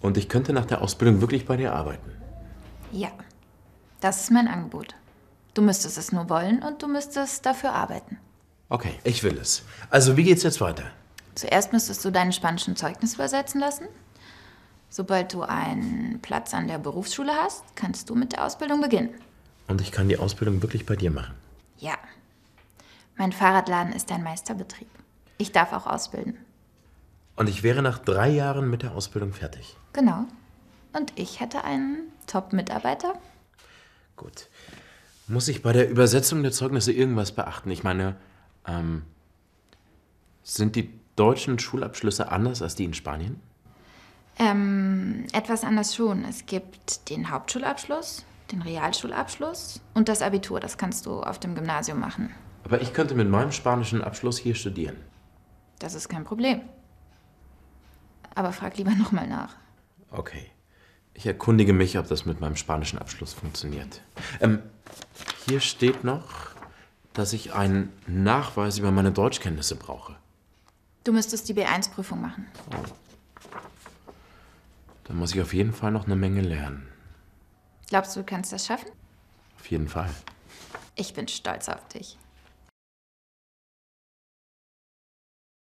Und ich könnte nach der Ausbildung wirklich bei dir arbeiten. Ja, das ist mein Angebot. Du müsstest es nur wollen und du müsstest dafür arbeiten. Okay, ich will es. Also, wie geht's jetzt weiter? Zuerst müsstest du deine spanischen Zeugnisse übersetzen lassen. Sobald du einen Platz an der Berufsschule hast, kannst du mit der Ausbildung beginnen. Und ich kann die Ausbildung wirklich bei dir machen. Ja. Mein Fahrradladen ist ein Meisterbetrieb. Ich darf auch ausbilden. Und ich wäre nach drei Jahren mit der Ausbildung fertig. Genau. Und ich hätte einen Top-Mitarbeiter. Gut. Muss ich bei der Übersetzung der Zeugnisse irgendwas beachten? Ich meine, ähm, sind die deutschen Schulabschlüsse anders als die in Spanien? Ähm, etwas anders schon. Es gibt den Hauptschulabschluss, den Realschulabschluss und das Abitur. Das kannst du auf dem Gymnasium machen. Aber ich könnte mit meinem spanischen Abschluss hier studieren. Das ist kein Problem. Aber frag lieber nochmal nach. Okay. Ich erkundige mich, ob das mit meinem spanischen Abschluss funktioniert. Ähm, hier steht noch, dass ich einen Nachweis über meine Deutschkenntnisse brauche. Du müsstest die B1-Prüfung machen. Da muss ich auf jeden Fall noch eine Menge lernen. Glaubst du, du kannst das schaffen? Auf jeden Fall. Ich bin stolz auf dich.